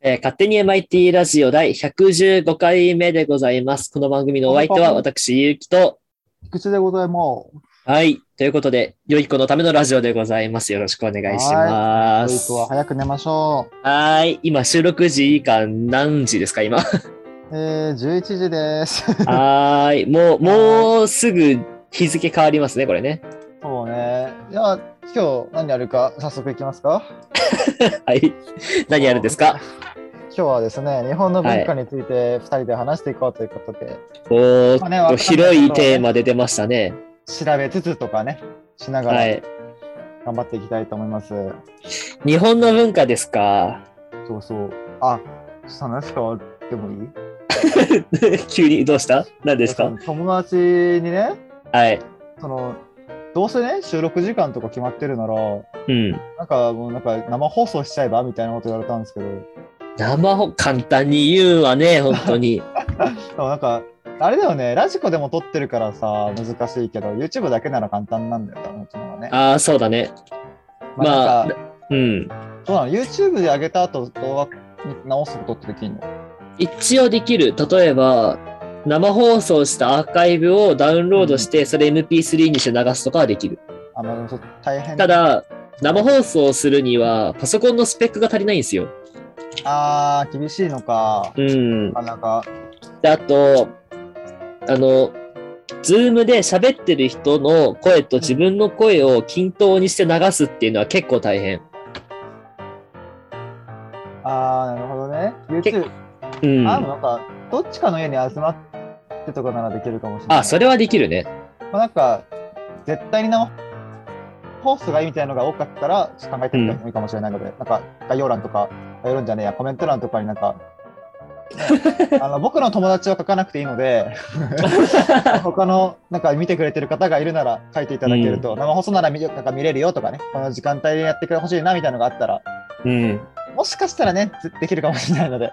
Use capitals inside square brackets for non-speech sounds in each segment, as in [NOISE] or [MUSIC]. えー勝手に MIT ラジオ第115回目でございます。この番組のお相手は私、ゆうきと、菊池でございます。はい。ということで、良い子のためのラジオでございます。よろしくお願いしまというす。とは早く寝ましょう。はい。今、収録時間何時ですか [LAUGHS] 今。えー、11時です。 [LAUGHS] はーい。もう、もうすぐ日付変わりますね、これね。そうね。じゃあ、今日何やるか、早速いきますか。はい。何やるんですか今日はですね、日本の文化について2人で話していこうということで、おまあねーわっと、かんないけど広いテーマで出ましたね。調べつつとかね、しながはらい。頑張っていきたいと思います。日本の文化ですか [LAUGHS] そうそう。あ、ちょっと話変わってもいい急にどうした何ですそかの友達にね、はい。その、どうせね、収録時間とか決まってるなら、うん。なんかもうなんか生放送しちゃえばみたいなこと言われたんですけど、生ほ、簡単に言うわね、本当に。でもなんか、あれだよね、ラジコでも撮ってるからさ、難しいけど、YouTube だけなら簡単なんだよ、多分その方がね。ああ、そうだね。ままあ、あなんか、うん。どうなの ?YouTube で上げた後、動画直すことってできるの一応できる。例えば、生放送したアーカイブをダウンロードして、それ MP3 にして流すとかはできる。あの、でもちょっと大変。た、だ、生放送するには、パソコンのスペックが足りないんですよ。あー、厳しいのか。うんな。かなか、で、あと、あの、ズームで喋ってる人の声と自分の声を均等にして流すっていうのは結構大変。あー、なるほどね。YouTube、うん。あー、でもなんか、どっちかの家に集まってとかならできるかもしれない。あ、それはできるね。まあ、なんか、絶対に生放送がいいみたいなのが多かったら、ちょっと考えてみてもいいかもしれないので、なんか概要欄とか、概要欄じゃねえや、コメント欄とかになんか、ねあの僕の友達は書かなくていいの [LAUGHS] で、他のなんか見てくれてる方がいるなら書いていただけると、生放送なら見なんか見れるよとかね、この時間帯でやってくれほしいなみたいなのがあったら、うん。もしかしたらね、ずできるかもしれないので。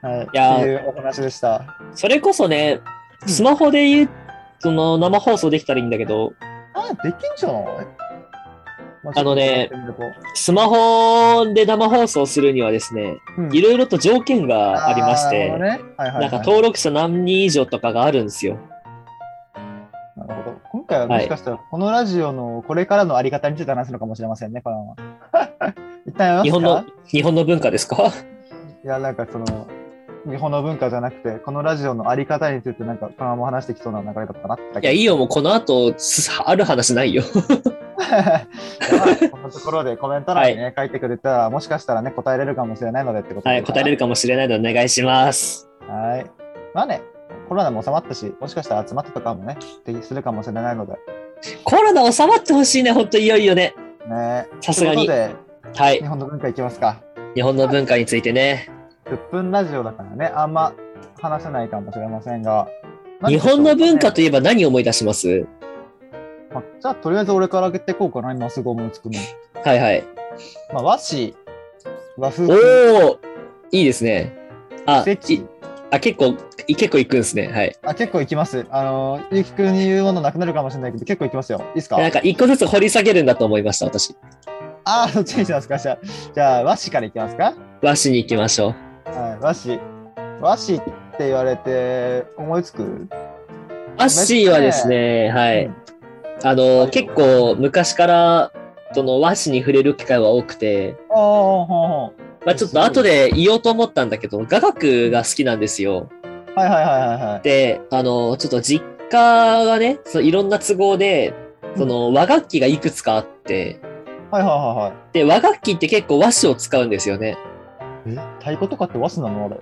はい、いやーっていうお話でした。それこそね、うんスマホで言う、その生放送できたらいいんだけど、あ、できんじゃないあのね、まちょっとやってみとこスマホで生放送するにはですね、ううんいろいろと条件がありましあーて、なるほどねはいなはいはんい、か登録者何人以上とかがあるんですよ。なるほど。今回はもしかしたら、このラジオのこれからのあり方について話すのかもしれませんね、このまま。 [LAUGHS] 一旦や日り本まのすか、日本の文化ですかいや、なんかその、日本の文化じゃなくて、このラジオのあり方について、なんかこのまま話してきそうな流れだったなって。い [LAUGHS] や、いいよ、もうこの後、すある話ないよ。いやまあこのところでコメント欄にね、書いてくれたら、もしかしたらね、答えれるかもしれないのでってことではい、答えれるかもしれないのでお願いします。はい。まあね、コロナも収まったし、もしかしたら集まったとかもね、するかもしれないので、コロナ収まってほしいね、ほんといよいよね。ね。さすがにというこはとで、い日、本の文化いきますか。日本の文化についてね。 10分ラジオだからね、あんま話せないかもしれませんが。何日でしょ本うかねの文化といえば何を思い出しますまあじゃあ、とりあえず俺からあげていこうかな、今すぐ思いつくの。はいはい。まあ、和紙、和風、おおいいですね。あ、季い節あ結構、い結構行くんですね。はい。あ、結構いきます。あのー、ゆうきくんに言うものなくなるかもしれないけど、結構いきますよ。いいですかなんか一個ずつ掘り下げるんだと思いました、私。ああ、そっちにしますか。じゃあ、じゃあ和紙からいきますか。和紙に行きましょう。はい、和紙。和紙って言われて、思いつく和紙はですね、はい。あはの、い結構昔から、その和紙に触れる機会は多くて、ああ、ほうほまあちょっと後で言おうと思ったんだけど、雅楽が好きなんですよ。う。はいはいはいはいはい。で、あの、ちょっと実家がね、そのいろんな都合で、その和楽器がいくつかあって、はいはいはで、和楽器って結構和紙を使うんですよね。いはい。え、太鼓とかって和紙なのあれ。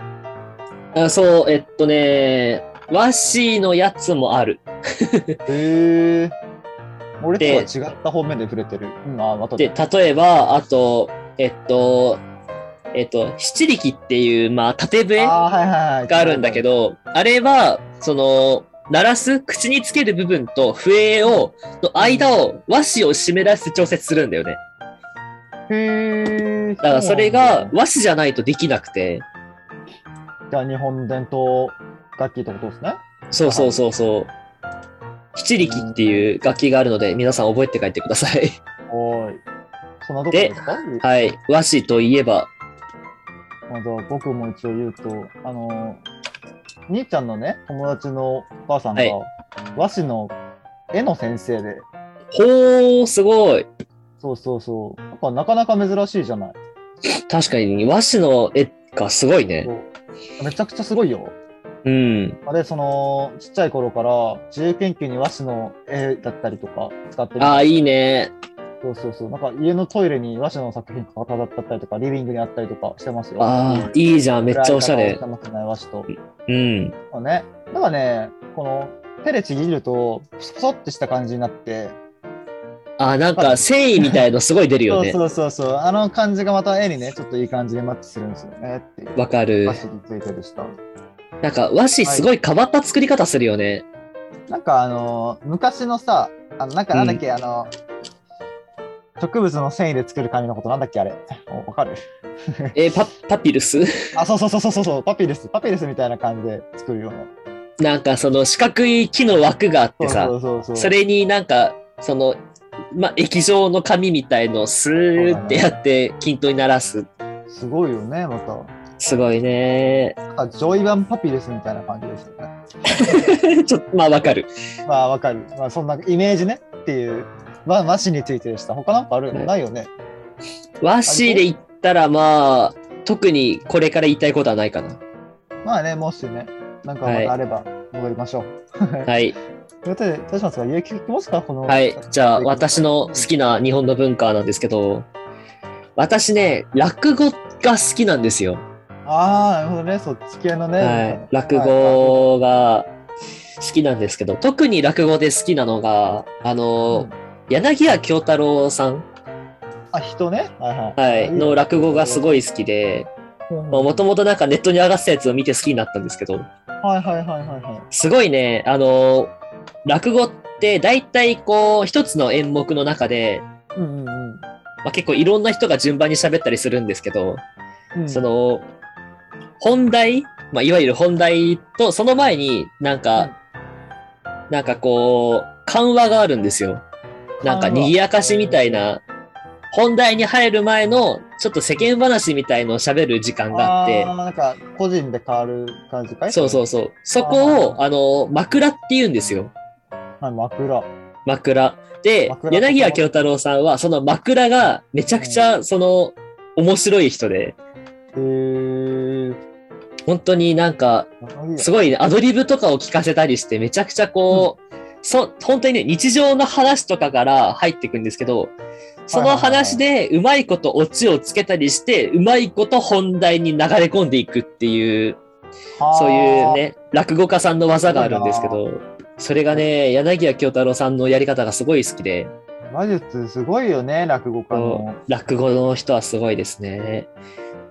あそう、えっとね、和紙のやつもある。へえ。俺とは違った方面で触れてる。うん、あ、後で、で。例えば、あと、えっと、えっと、七力っていう、まあ、縦笛があー、はいはいはい。あるんだけ。ど、あれは、その、鳴らす、口につける部分と笛を、の間を、和紙を湿らせて調節するんだよね。へえ。だだからそれが、和紙じゃないとできなくて、じゃあ日本伝統楽器ってことですね。そうそうそうそう。七力っていう楽器があるので、皆さん覚えて帰ってください。おーい。そんなとこですかはい。和紙といえば、まあじゃあ僕も一応言うと、あの、兄ちゃんのね、友達のお母さんが、はい和紙の絵の先生で、ほー、すごい。そうそうそう、やっぱなかなか珍しいじゃない。確かに、和紙の絵がすごいねそ。うめちゃくちゃすごいよ。うん。で、その、ちっちゃい頃から、自由研究に和紙の絵だったりとか使ってる。ああ、いいね。そうそうそう。なんか家のトイレに和紙の作品が飾ってあったりとか、リビングにあったりとかしてますよ。ああ、いいじゃん。めっちゃおしゃれ暗い。中を汚くない和紙と。うん。そうね。なんかね、この、手でちぎると、そそってした感じになって、あー、なんか繊維みたいのすごい出るよね。 [LAUGHS] そうそうそうそう。あの感じがまた絵にね、ちょっといい感じでマッチするんですよねっていう。わかる和。紙についてでした。なんか和紙すごい変わった作り方するよね。なんかあのー昔のさ、あのなんかなんだっけ、あの植物の繊維で作る紙のことなんだっけあれ。おわかるえーパ、パピルス [LAUGHS] あ、そうそうそうそうそうそう、パピルス、パピルスみたいな感じで作るような。なんかその四角い木の枠があってさ、そうそうそそうそう。れになんか、その、まあ、液状の紙みたいのをスーってやって均等にならす。すごいよね、また。すごいね。 [LAUGHS] なんかジョイ版パピルスみたいな感じですよね。ちょっと、まあわかる。まあわかる。まあそんなイメージねっていう、まあ、マシについてでした。他なんかある、はいないよね。和紙で言ったらまあ、特にこれから言いたいことはないかな。まあね、もしね、なんかまたあれば戻りましょう。はい。ということで、どうしますか有給聞きますかこの。はい。じゃあ、私の好きな日本の文化なんですけど、私ね、落語が好きなんですよ。ああ、なるほどね。そっち系のね。はい。落語が好きなんですけど、特に落語で好きなのが、あはい。の、柳家京太郎さん、あ、人ね。はいはい。はい、の落語がすごい好きで、もとももとなんかネットに上がってたやつを見て好きになったんですけど、はいはいはいはいはい。すごいね、あの、落語って大体こう、一つの演目の中で、うんうんうんまあ、結構いろんな人が順番に喋ったりするんですけど、うん。その、本題、まあ、いわゆる本題と、その前になんか、なんかこう、緩和があるんですよ。なんか緩和賑やかしみたいな、本題に入る前の、ちょっと世間話みたいのを喋る時間があって、ーなんか個人で変わる感じかい。そうそううそう。そこを、あの、枕って言うんですよ。はい、枕。枕。で、枕柳家京太郎さんは、その枕がめちゃくちゃ、その、面白い人で、えー、本当になんか、すごいね、アドリブとかを聞かせたりして、めちゃくちゃこう、そ本当にね、日常の話とかから入っていくんですけど、その話でうまいことオチをつけたりして、うまいこと本題に流れ込んでいくっていう、そういうね、落語家さんの技があるんですけど、それがね、柳家京太郎さんのやり方がすごい好きで、はあ。話術すごいよね、落語家の。落語の人はすごいですね。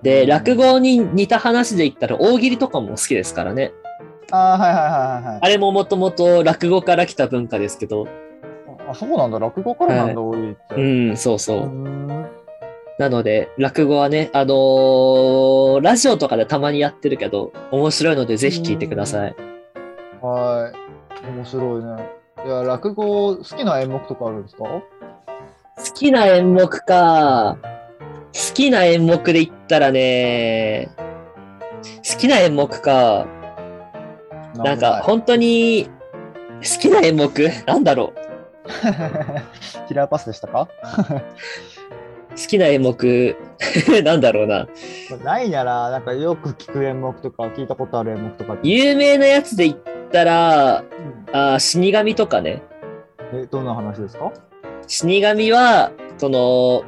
で、落語に似た話で言ったら大喜利とかも好きですからね。ああー、はいはいはいはいあれももともと落語から来た文化ですけど、はい。あ、そうなんだ。落語からなんだ、多いって。うん、そうそうう。ーんなので、落語はね、あのーラジオとかでたまにやってるけど、面白いのでぜひ聞いてください。はい。面白いね。いや、落語好きな演目とかあるんですか好きな演目か。好きな演目で言ったらね、好きな演目か。なんか、本当に、好きな演目 [LAUGHS] なんだろう。 [LAUGHS] キラーパスでしたか好きな演目 [LAUGHS] なんだろうな。ないなら、なんかよく聞く演目とか、聞いたことある演目とかって。有名なやつで言ったら、うんあー死神とかね。え、どんな話ですか死神は、その、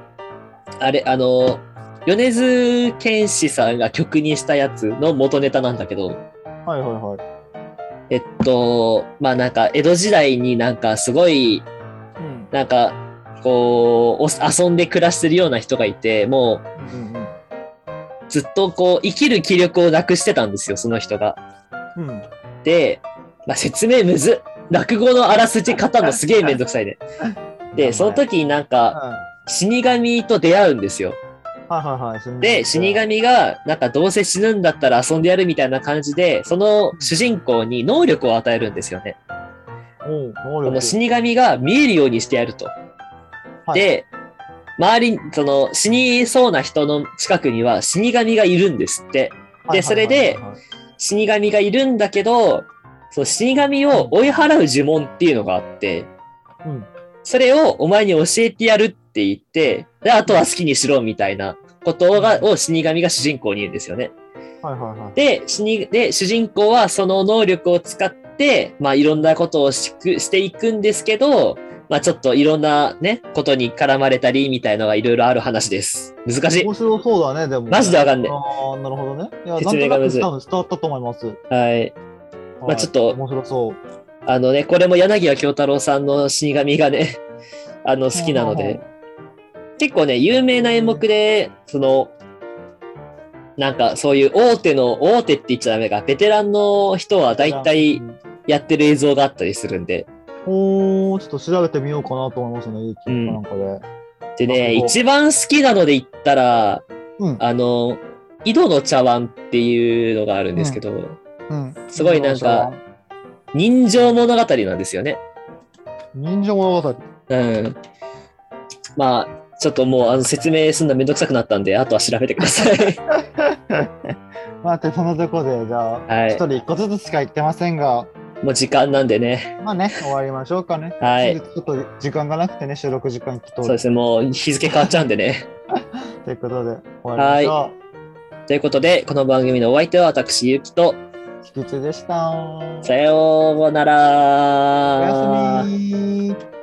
あれ、あの、米津玄師さんが曲にしたやつの元ネタなんだけど、はいはいはい。えっと、まあなんか、江戸時代になんかすごい、うん。なんか、こうお、遊んで暮らしてるような人がいて、もうんうずっとこう、生きる気力をなくしてたんですよ、その人が。うん。うん。で、まあ説明むずっ。落語のあらすじ語るのすげえめんどくさいね。で、その時になんうん。か、は死神と出会うんですよ。いはいはい。で、死。神が、なんかどうせ死ぬんだったら遊んでやるみたいな感じで、その主人公に能力を与えるんですよね。おう、能この力。死神が見えるようにしてやると。はいで、周り、その、死にそうな人の近くには死神がいるんですって。でそれではいはいはいはい死神がいるんだけど、その死神を追い払う呪文っていうのがあって、うんそれをお前に教えてやるって言って、で、あとは好きにしろみたいなことが、を死神が主人公に言うんですよね。はいはいはい。で、死に、で、主人公はその能力を使って、まあいろんなことをしくしていくんですけど、まあちょっといろんなね、ことに絡まれたりみたいのがいろいろある話です。難しい。面白そうだね、でも。マジでわかんねえああ、なるほどね。いや、なん説と明ながくむずい多分伝わったと思います。はい。はいちょっと面白そう。あのね、これも柳家京太郎さんの死神がね、 [LAUGHS] あの好きなのはいで、結構ね、有名な演目で、その、なんかそういう大手の、大手って言っちゃダメか、ベテランの人は大体うん。やってる映像があったりするんで、おー、ちょっと調べてみようかなと思いますね、うん YouTube かなんかでで。ね、なるほど一番好きなので言ったら、うん。あの、井戸の茶碗っていうのがあるんですけど、うん。すごいなんか。人情物語なんですよね。人情物語。うん。まあ、ちょっともうあの説明するのめんどくさくなったんで、あとは調べてくださ [LAUGHS] い。まあ、てそのとこで、じゃはあ、い一人一個ずつしか言ってませんが、もう時間なんでね。ま [LAUGHS] あね、終わりましょうかね。はいちょっと時間がなくてね、収録時間きっとそうですね、もう日付変わっちゃうんでね。 [LAUGHS] ということで、終わりましょということで、この番組のお相手は私、ゆきと、う。菊池でした。さようなら。おやすみ。